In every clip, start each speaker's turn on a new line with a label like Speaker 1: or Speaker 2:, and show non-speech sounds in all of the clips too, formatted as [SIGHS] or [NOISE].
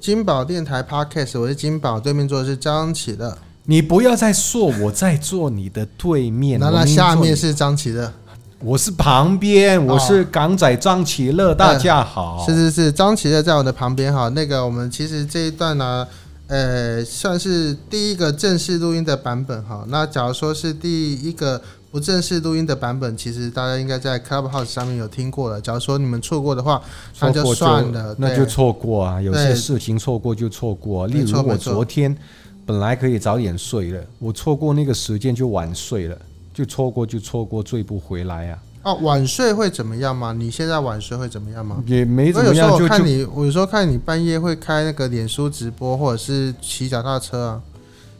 Speaker 1: 金宝电台 Podcast，我是金宝，对面坐的是张启乐，
Speaker 2: 你不要再说我在坐你的对面，
Speaker 1: 那
Speaker 2: 我
Speaker 1: 那
Speaker 2: 明明
Speaker 1: 下
Speaker 2: 坐你
Speaker 1: 面是张启乐，
Speaker 2: 我是旁边，
Speaker 1: 哦嗯
Speaker 2: 我是港仔张启乐，大家好。
Speaker 1: 是是是，张启乐在我的旁边哈。那个我们其实这一段呢、呃，算是第一个正式录音的版本哈。那假如说是第一个不正式录音的版本，其实大家应该在 Clubhouse 上面有听过了。假如说你们错过的话，那
Speaker 2: 错过
Speaker 1: 算了，
Speaker 2: 那
Speaker 1: 对
Speaker 2: 就错过啊。有些
Speaker 1: 对
Speaker 2: 事情错过就错过啊、例
Speaker 1: 没错
Speaker 2: 如我
Speaker 1: 没错
Speaker 2: 昨天本来可以早点睡了，我错过那个时间就晚睡了，就错过就错过，追不回来啊，
Speaker 1: 哦。晚睡会怎么样吗？你现在晚睡会怎么样吗？
Speaker 2: 也没怎
Speaker 1: 嗯我有
Speaker 2: 么
Speaker 1: 时候
Speaker 2: 样
Speaker 1: 我
Speaker 2: 就
Speaker 1: 看
Speaker 2: 就
Speaker 1: 你，我有时候看你半夜会开那个脸书直播，或者是骑脚踏车啊。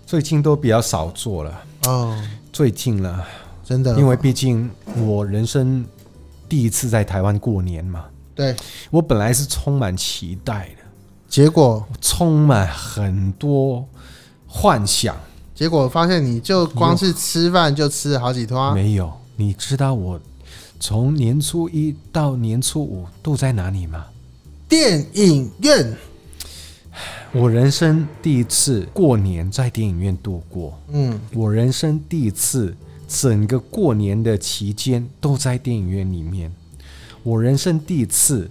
Speaker 2: 最近都比较少做了，
Speaker 1: 哦，
Speaker 2: 最近了，
Speaker 1: 真的，
Speaker 2: 因为毕竟我人生第一次在台湾过年嘛，
Speaker 1: 对
Speaker 2: 我本来是充满期待的。
Speaker 1: 结果
Speaker 2: 充满很多幻想。
Speaker 1: 结果发现你就光是吃饭就吃了好几啊趟，
Speaker 2: 没有，你知道我从年初一到年初五都在哪里吗？
Speaker 1: 电影院，
Speaker 2: 我人生第一次过年在电影院度过，
Speaker 1: 嗯，
Speaker 2: 我人生第一次整个过年的期间都在电影院里面，我人生第一次，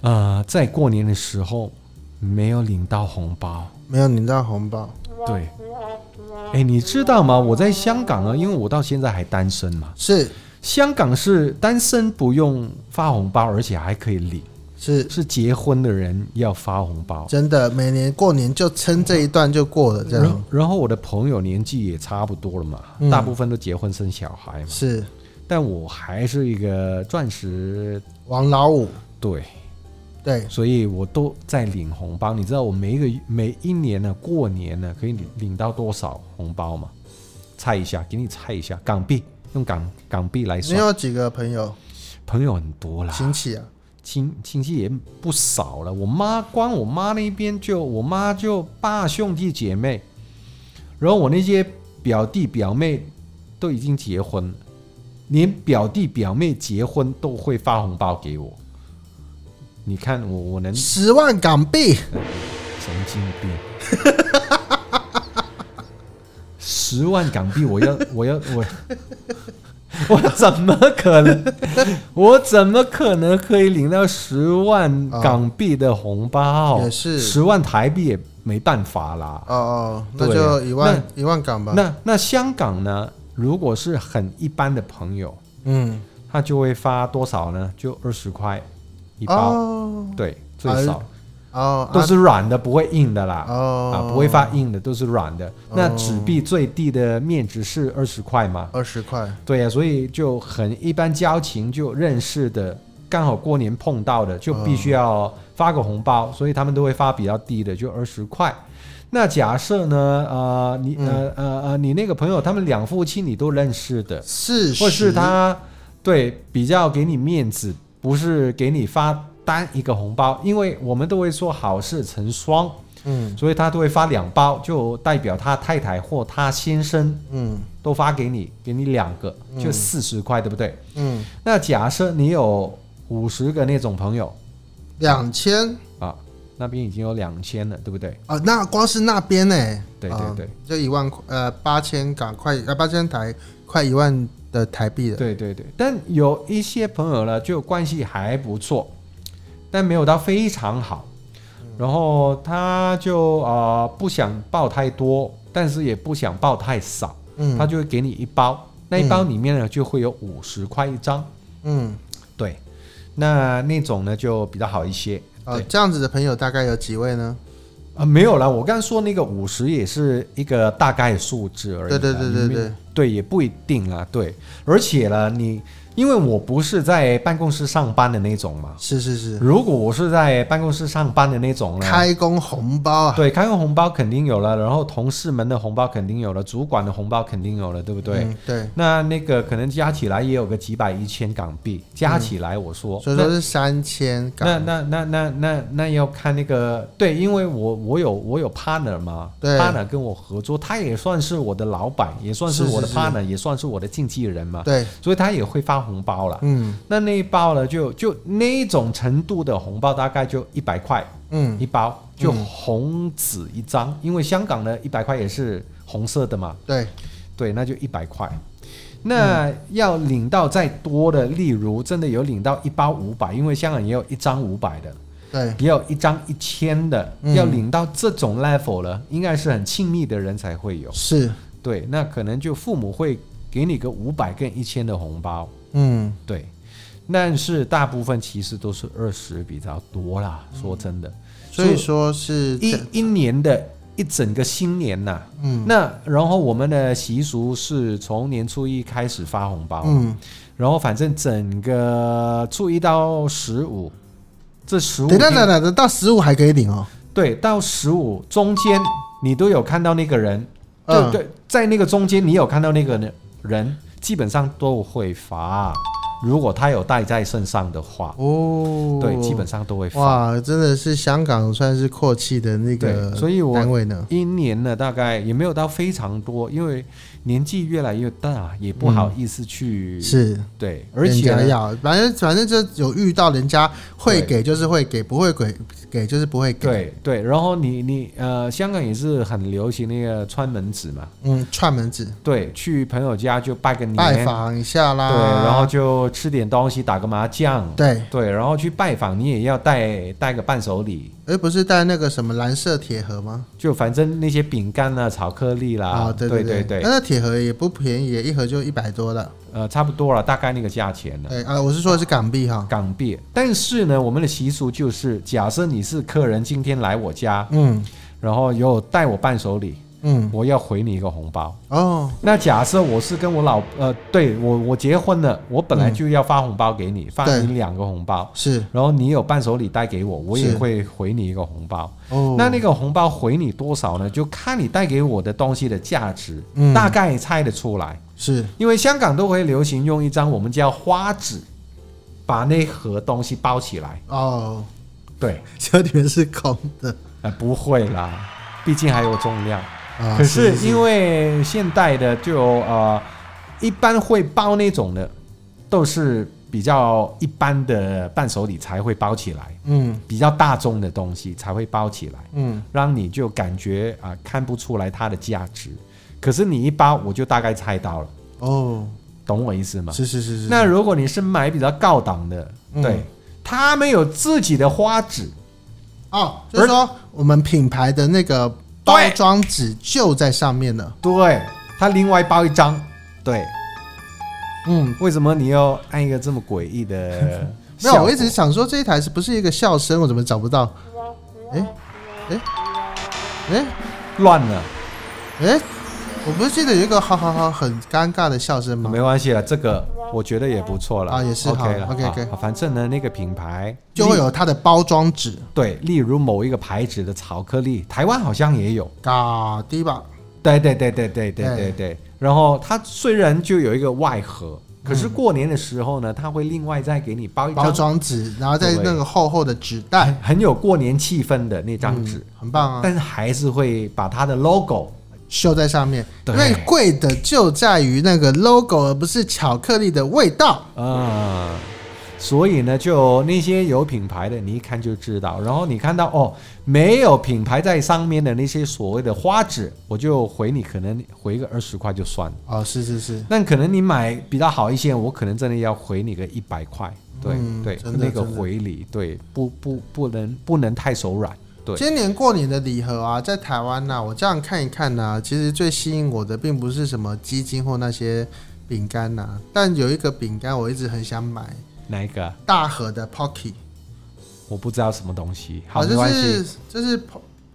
Speaker 2: 呃，在过年的时候没有领到红包。
Speaker 1: 没有领到红包，
Speaker 2: 对，哎，你知道吗？我在香港啊，因为我到现在还单身嘛。
Speaker 1: 是
Speaker 2: 香港是单身不用发红包，而且还可以领，
Speaker 1: 是
Speaker 2: 是结婚的人要发红包。
Speaker 1: 真的，每年过年就撑这一段就过了，这
Speaker 2: 然后
Speaker 1: 样，
Speaker 2: 然后我的朋友年纪也差不多了嘛，
Speaker 1: 嗯
Speaker 2: 大部分都结婚生小孩嘛，
Speaker 1: 是
Speaker 2: 但我还是一个钻石，
Speaker 1: 王老五，
Speaker 2: 对，
Speaker 1: 对，
Speaker 2: 所以我都在领红包。你知道我每一个每一年呢，过年呢可以领领到多少红包吗？猜一下，给你猜一下，港币，用港港币来
Speaker 1: 你
Speaker 2: 算，
Speaker 1: 有几个朋友
Speaker 2: 朋友很多啦，
Speaker 1: 亲戚啊？
Speaker 2: 亲亲戚也不少了。我妈光我妈那边就我妈就八兄弟姐妹，然后我那些表弟表妹都已经结婚了，连表弟表妹结婚都会发红包给我。你看我我能
Speaker 1: 十万港币，
Speaker 2: 神经病。十万港币，我
Speaker 1: [LAUGHS]
Speaker 2: 要，我要，我，我怎么可能？我怎么可能可以领到十万港币的红包？
Speaker 1: 啊也是
Speaker 2: 十万台币也没办法啦。
Speaker 1: 哦哦，那
Speaker 2: 对啊
Speaker 1: 就一万一万港吧。
Speaker 2: 那那香港呢？如果是很一般的朋友，
Speaker 1: 嗯，
Speaker 2: 他就会发多少呢？就二十块一包，
Speaker 1: 哦
Speaker 2: 对，最
Speaker 1: 啊
Speaker 2: 少
Speaker 1: 哦，
Speaker 2: 都
Speaker 1: 啊
Speaker 2: 是软的，不会硬的啦。
Speaker 1: 哦
Speaker 2: 啊，不会发硬的，都是软的。那
Speaker 1: 哦
Speaker 2: 纸币最低的面值是二十块嘛？
Speaker 1: 二十块，
Speaker 2: 对呀、所以就很一般交情就认识的，刚好过年碰到的，就必须要发个红包，所以他们都会发比较低的，就二十块。那假设呢？呃，你呃呃呃，你那个朋友他们两夫妻你都认识的，
Speaker 1: 四十，
Speaker 2: 或是他对比较给你面子，不是给你发单一个红包，因为我们都会说好事成双。
Speaker 1: 嗯
Speaker 2: 所以他都会发两包，就代表他太太或他先生
Speaker 1: 嗯
Speaker 2: 都发给你，给你两个，
Speaker 1: 嗯
Speaker 2: 就四十块，对不对？
Speaker 1: 嗯，
Speaker 2: 那假设你有五十个那种朋友
Speaker 1: 两千
Speaker 2: 啊，那边已经有两千了，对不对？
Speaker 1: 哦，那光是那边呢、
Speaker 2: 对
Speaker 1: 啊
Speaker 2: 对对，
Speaker 1: 就一万块呃八千港快呃八千台快一万的台币了。
Speaker 2: 对对对。但有一些朋友呢，就关系还不错，但没有到非常好，
Speaker 1: 嗯
Speaker 2: 然后他就呃不想报太多，但是也不想报太少，
Speaker 1: 嗯，
Speaker 2: 他就会给你一包，那一包里面呢就会有五十块一张。
Speaker 1: 嗯
Speaker 2: 对，那那种呢就比较好一些。
Speaker 1: 哦，
Speaker 2: 对
Speaker 1: 这样子的朋友大概有几位呢？
Speaker 2: 啊，没有啦，我刚说那个五十也是一个大概的数字而已
Speaker 1: 对
Speaker 2: 啦。
Speaker 1: 对对对
Speaker 2: 你没
Speaker 1: 对，
Speaker 2: 对，也不一定啦。对，而且呢，你因为我不是在办公室上班的那种嘛，
Speaker 1: 是是是，
Speaker 2: 如果我是在办公室上班的那种呢，
Speaker 1: 开工红包啊，
Speaker 2: 对，开个红包肯定有了，然后同事们的红包肯定有了，主管的红包肯定有了，对不对？
Speaker 1: 嗯对，
Speaker 2: 那那个可能加起来也有个几百一千港币，加起来我说，
Speaker 1: 所以
Speaker 2: 那
Speaker 1: 说是三千港，
Speaker 2: 那那那那那那要看那个对，因为我我有我有 partner 嘛
Speaker 1: 对
Speaker 2: ，partner 跟我合作，他也算是我的老板，也算是
Speaker 1: 是
Speaker 2: 我的
Speaker 1: 是是
Speaker 2: partner，也算是我的经纪人嘛，
Speaker 1: 对，
Speaker 2: 所以他也会发红包了。
Speaker 1: 嗯
Speaker 2: 那那一包呢，就就那一种程度的红包，大概就一百块
Speaker 1: 嗯
Speaker 2: 一包，就红纸一张，因为香港的一百块也是红色的嘛，
Speaker 1: 对，
Speaker 2: 对，那就一百块。那
Speaker 1: 嗯
Speaker 2: 要领到再多的，例如真的有领到一包五百，因为香港也有一张五百的，
Speaker 1: 对，
Speaker 2: 也有一张一千的，
Speaker 1: 嗯
Speaker 2: 要领到这种 level 了，应该是很亲密的人才会有。
Speaker 1: 是，
Speaker 2: 对，那可能就父母会给你个五百跟一千的红包，
Speaker 1: 嗯，
Speaker 2: 对。但是大部分其实都是二十比较多啦，
Speaker 1: 嗯
Speaker 2: 说真的，
Speaker 1: 所以说是
Speaker 2: 一一年的一整个新年呐、
Speaker 1: 嗯
Speaker 2: 那然后我们的习俗是从年初一开始发红包，
Speaker 1: 嗯，
Speaker 2: 然后反正整个初一到十五，这十五
Speaker 1: 等等等等，到十五还可以领哦，
Speaker 2: 对，到十五中间你都有看到那个人，
Speaker 1: 嗯
Speaker 2: 对对，在那个中间你有看到那个人人，基本上都会罚，如果他有带在身上的话，
Speaker 1: 哦，
Speaker 2: 对，基本上都会罚。
Speaker 1: 哇，真的是香港算是阔气的那个
Speaker 2: 对所以我
Speaker 1: 单位呢，
Speaker 2: 一年呢，大概也没有到非常多，因为年纪越来越大，也不好意思去、
Speaker 1: 嗯是，
Speaker 2: 对，而且
Speaker 1: 人家
Speaker 2: 呢
Speaker 1: 要，反正反正就有遇到人家会
Speaker 2: 对
Speaker 1: 给就是会给，不会给给就是不会给，，
Speaker 2: 对对，然后你你呃，香港也是很流行那个串门子嘛，
Speaker 1: 嗯，串门子。
Speaker 2: 对，去朋友家就拜个年，
Speaker 1: 拜访一下啦，
Speaker 2: 对，然后就吃点东西，打个麻将，
Speaker 1: 对，
Speaker 2: 对，然后去拜访你也要带带个伴手礼，
Speaker 1: 而哎不是带那个什么蓝色铁盒吗？
Speaker 2: 就反正那些饼干啊、巧克力啦，
Speaker 1: 啊，
Speaker 2: 对
Speaker 1: 对
Speaker 2: 对
Speaker 1: 对，那那铁盒也不便宜，一盒就一百多了。
Speaker 2: 呃，差不多了，大概那个价钱了。
Speaker 1: 对啊，我是说的是港币哈。
Speaker 2: 港币，但是呢，我们的习俗就是，假设你是客人，今天来我家，
Speaker 1: 嗯
Speaker 2: 然后有带我伴手礼，
Speaker 1: 嗯，
Speaker 2: 我要回你一个红包。
Speaker 1: 哦，
Speaker 2: 那假设我是跟我老呃，对我我结婚了，我本来就要发红包给你，发
Speaker 1: 对
Speaker 2: 你两个红包，
Speaker 1: 是
Speaker 2: 然后你有伴手礼带给我，我也
Speaker 1: 是
Speaker 2: 会回你一个红包。
Speaker 1: 哦，
Speaker 2: 那那个红包回你多少呢？就看你带给我的东西的价值，
Speaker 1: 嗯
Speaker 2: 大概猜得出来。
Speaker 1: 是
Speaker 2: 因为香港都会流行用一张我们叫花纸，把那盒东西包起来。
Speaker 1: 哦， [LAUGHS]
Speaker 2: 对，
Speaker 1: 这里面是空的
Speaker 2: 呃，不会啦，毕竟还有重量。
Speaker 1: 啊。
Speaker 2: 可是
Speaker 1: 是
Speaker 2: 因为现代的就呃，一般会包那种的，都是比较一般的伴手礼才会包起来，
Speaker 1: 嗯
Speaker 2: 比较大众的东西才会包起来，
Speaker 1: 嗯
Speaker 2: 让你就感觉啊、看不出来它的价值。可是你一包，我就大概猜到了，
Speaker 1: 哦，
Speaker 2: 懂我意思吗？
Speaker 1: 是是是是，
Speaker 2: 那如果你是买比较高档的，
Speaker 1: 嗯
Speaker 2: 对，他们有自己的花纸，
Speaker 1: 哦，就是说我们品牌的那个包
Speaker 2: 对
Speaker 1: 装纸就在上面了。
Speaker 2: 对，他另外包一张，对。
Speaker 1: 嗯，？
Speaker 2: 为什么你要按一个这么诡异的
Speaker 1: [LAUGHS] 没有，我一直想说这一台是不是一个笑声，我怎么找不到？哎哎哎
Speaker 2: 乱了，
Speaker 1: 哎，我不是记得有一个好好好很尴尬的笑声吗？
Speaker 2: 没关系了，这个我觉得也不错了
Speaker 1: 啊也是
Speaker 2: OK 了
Speaker 1: 好，OK，OK
Speaker 2: 好反正呢，那个品牌
Speaker 1: 就会
Speaker 2: 例
Speaker 1: 有它的包装纸，
Speaker 2: 对，例如某一个牌子的巧克力，台湾好像也有，
Speaker 1: 嘎滴吧，
Speaker 2: 对对对对对对
Speaker 1: 对
Speaker 2: 对对。然后它虽然就有一个外盒，可是过年的时候呢，它会另外再给你包一
Speaker 1: 嗯包
Speaker 2: 张
Speaker 1: 装纸，然后再那个厚厚的纸袋，
Speaker 2: 很有过年气氛的那张纸，
Speaker 1: 很棒啊，
Speaker 2: 但是还是会把它的 logo
Speaker 1: 绣在上面。因
Speaker 2: 对
Speaker 1: 为贵的就在于那个 logo，而不是巧克力的味道。
Speaker 2: 啊，所以呢，就那些有品牌的，你一看就知道。然后你看到哦，没有品牌在上面的那些所谓的花纸，我就回你，可能回个二十块就算了。
Speaker 1: 哦，是是是，
Speaker 2: 但可能你买比较好一些，我可能真的要回你个一百块。对、
Speaker 1: 嗯
Speaker 2: 对，
Speaker 1: 真的
Speaker 2: 那个
Speaker 1: 真的
Speaker 2: 回礼，对，不不不能不能太手软。对
Speaker 1: 今年过年的礼盒啊，在台湾呐、我这样看一看呐、其实最吸引我的并不是什么鸡精或那些饼干呐、但有一个饼干我一直很想买，
Speaker 2: 哪一个啊？
Speaker 1: 大盒的 Pocky，
Speaker 2: 我不知道什么东西。好，
Speaker 1: 啊，
Speaker 2: 没
Speaker 1: 就
Speaker 2: 关系
Speaker 1: 是就是 po-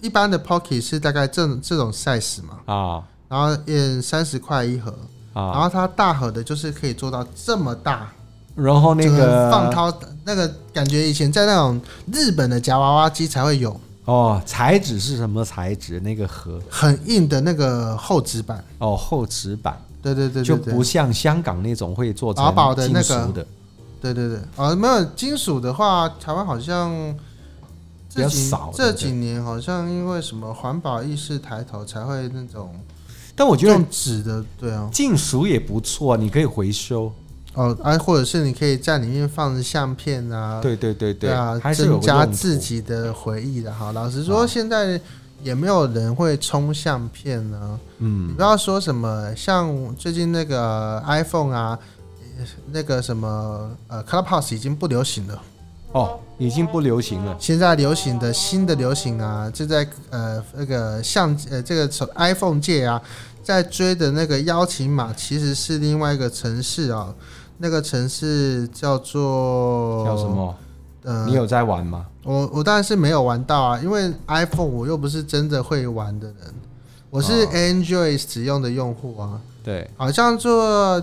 Speaker 1: 一般的 Pocky 是大概这这种 size 嘛，
Speaker 2: 啊
Speaker 1: 然后嗯三十块一盒，然
Speaker 2: 啊。
Speaker 1: 后它大盒的就是可以做到这么大，
Speaker 2: 然后那
Speaker 1: 就
Speaker 2: 个
Speaker 1: 很放涛那个感觉，以前在那种日本的夹娃娃机才会有
Speaker 2: 哦，材质是什么材质？那个盒
Speaker 1: 很硬的那个厚纸板，
Speaker 2: 哦，厚纸板。
Speaker 1: 对对对
Speaker 2: 就
Speaker 1: 对对
Speaker 2: 不。像香港那种会做成
Speaker 1: 劳保的那
Speaker 2: 金
Speaker 1: 个
Speaker 2: 属的，
Speaker 1: 对对对，啊，没有金属的话，台湾好像这
Speaker 2: 比较
Speaker 1: 几
Speaker 2: 少
Speaker 1: 这
Speaker 2: 对不对
Speaker 1: 几年好像因为什么环保意识抬头，才会那种
Speaker 2: 但我觉得
Speaker 1: 用纸的，对啊，
Speaker 2: 金属也不错，你可以回收。
Speaker 1: 哦，啊，或者是你可以在里面放相片啊，
Speaker 2: 对对对对，
Speaker 1: 啊，
Speaker 2: 还是
Speaker 1: 增
Speaker 2: 有个
Speaker 1: 加
Speaker 2: 用
Speaker 1: 自
Speaker 2: 途
Speaker 1: 己的回忆的哈。老实说，
Speaker 2: 啊
Speaker 1: 现在也没有人会冲相片啊呢、你
Speaker 2: 嗯
Speaker 1: 不要说什么，像最近那个 iPhone 啊，呃那个什么呃 Clubhouse 已经不流行了。
Speaker 2: 哦，已经不流行了。
Speaker 1: 现在流行的新的流行啊，就在呃那个相呃这个手 iPhone 界啊，在追的那个邀请码其实是另外一个城市啊，那个城市叫做
Speaker 2: 叫什？么？
Speaker 1: 呃
Speaker 2: 你，有在玩吗？
Speaker 1: 我我当然是没有玩到啊，因为 iPhone 我又不是真的会玩的人，我是
Speaker 2: 哦
Speaker 1: Android 使用的用户啊。
Speaker 2: 对
Speaker 1: 好像做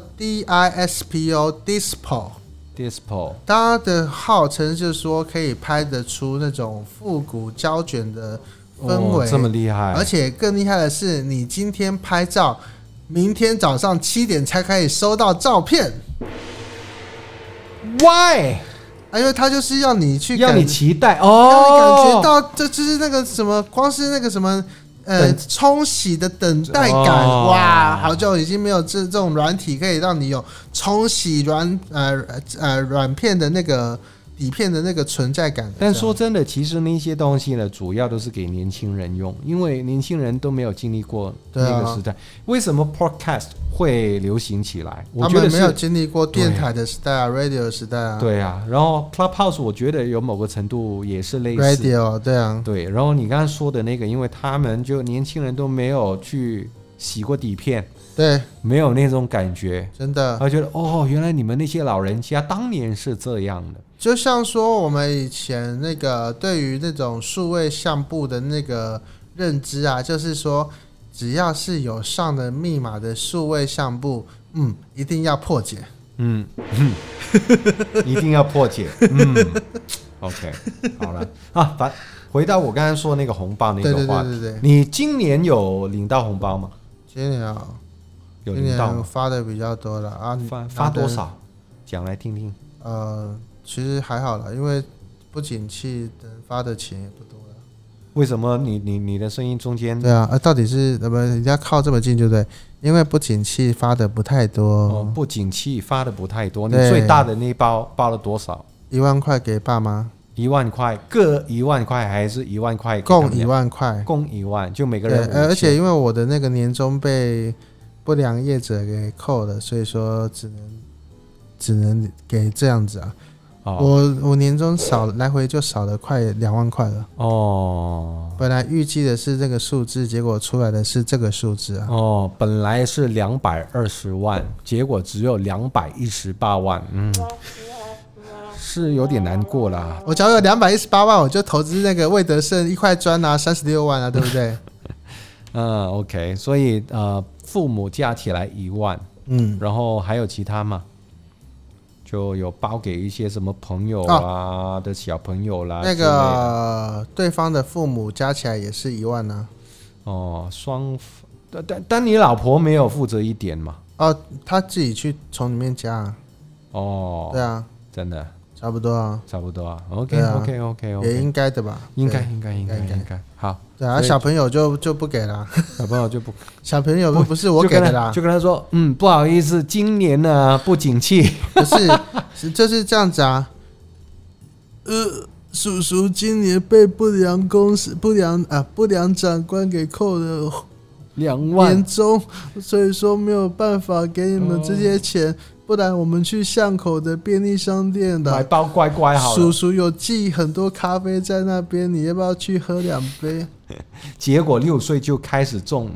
Speaker 1: DISPO DISPO，
Speaker 2: ，Dispo
Speaker 1: 它的号称是说可以拍得出那种复古胶卷的氛
Speaker 2: 哦
Speaker 1: 围，
Speaker 2: 这么厉害
Speaker 1: 而，且更厉害的是，你今天拍照，明天早上七点才可以收到照片，
Speaker 2: Why
Speaker 1: 啊因为它就是要你去
Speaker 2: 要
Speaker 1: 感
Speaker 2: 你期待
Speaker 1: 让你感觉
Speaker 2: 哦？
Speaker 1: 到，这就是那个什么，光是那个什么。呃，
Speaker 2: 等
Speaker 1: 冲洗的等待感，
Speaker 2: 哦
Speaker 1: 哇，好久已经没有这这种软体可以让你有冲洗软呃呃软片的那个底片的那个存在感了。
Speaker 2: 但
Speaker 1: 这样
Speaker 2: 说真的，其实那些东西呢，主要都是给年轻人用，因为年轻人都没有经历过
Speaker 1: 对啊
Speaker 2: 那个时代。为什么 Podcast 会流行起来？我
Speaker 1: 他
Speaker 2: 觉得
Speaker 1: 们没有
Speaker 2: 是。
Speaker 1: 经历过电台的时代啊，radio 的时代啊，
Speaker 2: 对啊，然后 Clubhouse 我觉得有某个程度也是类似
Speaker 1: ，radio 对啊，
Speaker 2: 对，然后你刚刚说的那个，因为他们就年轻人都没有去洗过底片，
Speaker 1: 对，
Speaker 2: 没有那种感觉，
Speaker 1: 真的，
Speaker 2: 他觉得哦，原来你们那些老人家当年是这样的。
Speaker 1: 就像说我们以前那个对于那种数位相簿的那个认知啊，就是说只要是有上了密码的数位相簿，嗯，一定要破解。
Speaker 2: 嗯， [LAUGHS] 一定要破解。嗯，OK，好了 [LAUGHS] 啊，反回到我刚刚说那个红包那
Speaker 1: 对
Speaker 2: 个
Speaker 1: 对
Speaker 2: 话
Speaker 1: 对
Speaker 2: 题，
Speaker 1: 对对，
Speaker 2: 你今年有领到红包吗？
Speaker 1: 今年啊，
Speaker 2: 有
Speaker 1: 今
Speaker 2: 领到
Speaker 1: 年
Speaker 2: 吗？
Speaker 1: 发的比较多了啊，
Speaker 2: 发
Speaker 1: 拿
Speaker 2: 发
Speaker 1: 的
Speaker 2: 多？少？讲来听听。
Speaker 1: 呃，其实还好了，因为不景气，能发的钱也不多了。
Speaker 2: 为什么你你你的声音中间
Speaker 1: 对啊，呃，到底是呃不，人家靠这么近，对不对？因为不景气发的不太
Speaker 2: 哦
Speaker 1: 多，
Speaker 2: 不景气发的不太多？你
Speaker 1: 对
Speaker 2: 最大的那一包包了多少？
Speaker 1: 一万块给爸妈，
Speaker 2: 一万块，各一万块还是一万块给他们
Speaker 1: 共
Speaker 2: 俩？
Speaker 1: 一万块。
Speaker 2: 共一万，就每个
Speaker 1: 对
Speaker 2: 人，
Speaker 1: 呃
Speaker 2: 5000
Speaker 1: 而且因为我的那个年终被不良业者给扣了，所以说只能只能给这样子啊。
Speaker 2: 哦
Speaker 1: 我我年终少来回就少了快两万块了，
Speaker 2: 哦
Speaker 1: 本来预计的是这个数字，结果出来的是这个数字啊。
Speaker 2: 哦，本来是两百二十万，结果只有两百一十八万，嗯，是有点难过啦。
Speaker 1: 我假如有两百一十八万，我就投资那个魏德胜一块砖啊，三十六万啊，对不
Speaker 2: [LAUGHS]
Speaker 1: 对？
Speaker 2: 嗯，OK，所以呃，父母加起来一万，
Speaker 1: 嗯，
Speaker 2: 然后还有其他嘛，就有包给一些什么朋友啦、的小朋友啦，
Speaker 1: 啊那
Speaker 2: 之类的
Speaker 1: 个对方的父母加起来也是一万啊呢、
Speaker 2: 哦，双父，但但但你老婆没有负责一点嘛？
Speaker 1: 哦，他自己去从里面加、啊，
Speaker 2: 哦，
Speaker 1: 对啊，
Speaker 2: 真的
Speaker 1: 差不多啊，
Speaker 2: 差不多啊。OK
Speaker 1: 对啊
Speaker 2: OK OK
Speaker 1: 也
Speaker 2: OK，
Speaker 1: 应该的吧？
Speaker 2: 应该
Speaker 1: 对
Speaker 2: 应该应该
Speaker 1: 应该
Speaker 2: 应该好，
Speaker 1: 对啊，
Speaker 2: 所以
Speaker 1: 小朋友就就不给了， [LAUGHS]
Speaker 2: 小朋友就不
Speaker 1: 小朋友不是我
Speaker 2: 就
Speaker 1: 给
Speaker 2: 跟
Speaker 1: 的
Speaker 2: 他
Speaker 1: 啦，
Speaker 2: 就跟他说，嗯，不好意思，今年呢不景气。
Speaker 1: 不是，是 [LAUGHS] 就是这样子啊。呃，叔叔今年被不良公司、不良啊不良长官给扣了
Speaker 2: [LAUGHS] 两
Speaker 1: 年
Speaker 2: 万
Speaker 1: 终，所以说没有办法给你们这些
Speaker 2: 哦
Speaker 1: 钱，不然我们去巷口的便利商店的
Speaker 2: 买包乖乖好
Speaker 1: 叔
Speaker 2: 了，
Speaker 1: 叔有寄很多咖啡在那边，你要不要去喝两杯？
Speaker 2: 结果六岁就开始中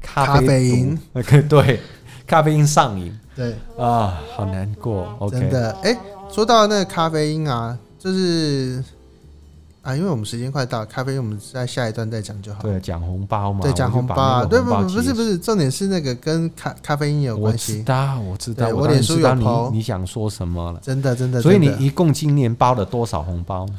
Speaker 2: 咖
Speaker 1: 咖啡
Speaker 2: 啡
Speaker 1: 因
Speaker 2: 毒， [LAUGHS] 对，咖啡因上瘾
Speaker 1: 对，
Speaker 2: 啊，好难过。
Speaker 1: 真
Speaker 2: OK，
Speaker 1: 的。哎、说到那个咖啡因啊，就是啊，因为我们时间快到了，咖啡因我们在下一段再讲就好。
Speaker 2: 对，讲红包嘛，
Speaker 1: 对，讲
Speaker 2: 我就
Speaker 1: 红
Speaker 2: 把
Speaker 1: 包啊，
Speaker 2: 那个
Speaker 1: 对
Speaker 2: 红
Speaker 1: 不不不
Speaker 2: 结
Speaker 1: 是不是，重点是那个跟咖咖啡因有
Speaker 2: 我
Speaker 1: 关
Speaker 2: 知
Speaker 1: 系，
Speaker 2: 道，我知道，
Speaker 1: 对
Speaker 2: 我
Speaker 1: 我
Speaker 2: 当然
Speaker 1: 脸书
Speaker 2: 知
Speaker 1: 有
Speaker 2: 道你
Speaker 1: po
Speaker 2: 你想说什么了。
Speaker 1: 真的真的。
Speaker 2: 所以你
Speaker 1: 真的
Speaker 2: 一共今年包了多少红包？ [SIGHS]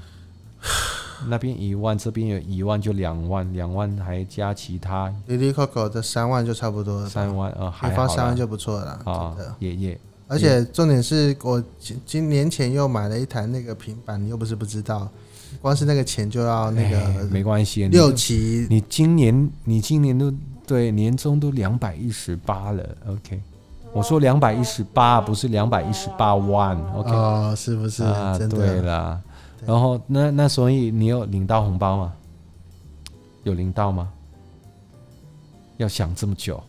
Speaker 2: 那边一万，这边有一万，就两万，两万还加其他
Speaker 1: 离离 Coco 的三万就差不多了吧，
Speaker 2: 三万，呃，还
Speaker 1: 你
Speaker 2: 好
Speaker 1: 发
Speaker 2: 啦
Speaker 1: 三万就不错了啦，
Speaker 2: 啊
Speaker 1: 真的。，
Speaker 2: 也也
Speaker 1: 而且重点是我今今年前又买了一台那个平板，你又不是不知道，光是那个钱就要那
Speaker 2: 哎
Speaker 1: 个
Speaker 2: 没关系，你
Speaker 1: 六级，
Speaker 2: 你今年你今年都对年终都两百一十八了，OK，我说两百一十八，不是两百一十八万，OK？、
Speaker 1: 哦，是不是？
Speaker 2: 啊，
Speaker 1: 真
Speaker 2: 对
Speaker 1: 的，
Speaker 2: 了。
Speaker 1: 对
Speaker 2: 然后那那所以你有领到红包吗？有领到吗？要想这么久，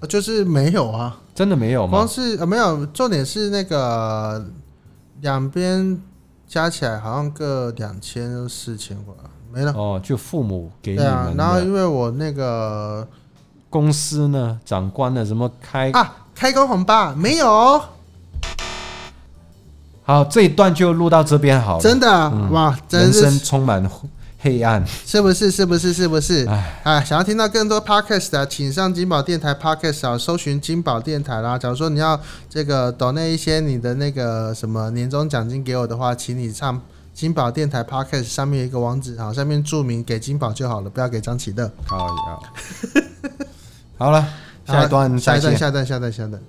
Speaker 1: 哦就是没有啊，
Speaker 2: 真的没有吗
Speaker 1: 光？是呃没有，重点是那个两边加起来好像各两千四千块，没了。
Speaker 2: 哦，就父母给你
Speaker 1: 对啊，
Speaker 2: 们
Speaker 1: 然后
Speaker 2: 的
Speaker 1: 因为我那个
Speaker 2: 公司呢，长官呢，什么开
Speaker 1: 啊，开工红包没有，哦
Speaker 2: 好，这一段就录到这边好了。
Speaker 1: 真的、啊
Speaker 2: 嗯
Speaker 1: 哇，真
Speaker 2: 人生
Speaker 1: 是
Speaker 2: 充满黑暗。
Speaker 1: 是不是是不是是不是？
Speaker 2: 唉
Speaker 1: 啊，想要听到更多 podcast 的，请上金宝电台 podcast 啊，搜寻金宝电台啦。假如说你要这个 donate 一些你的那个什么年终奖金给我的话，请你上金宝电台 podcast 上面有一个网址，好，啊上面注明给金宝就好了，不要给张启乐。
Speaker 2: [LAUGHS] 好呀。好了，下一段
Speaker 1: 下
Speaker 2: 再
Speaker 1: 一段，
Speaker 2: 见。
Speaker 1: 下一段，下一段，下一段。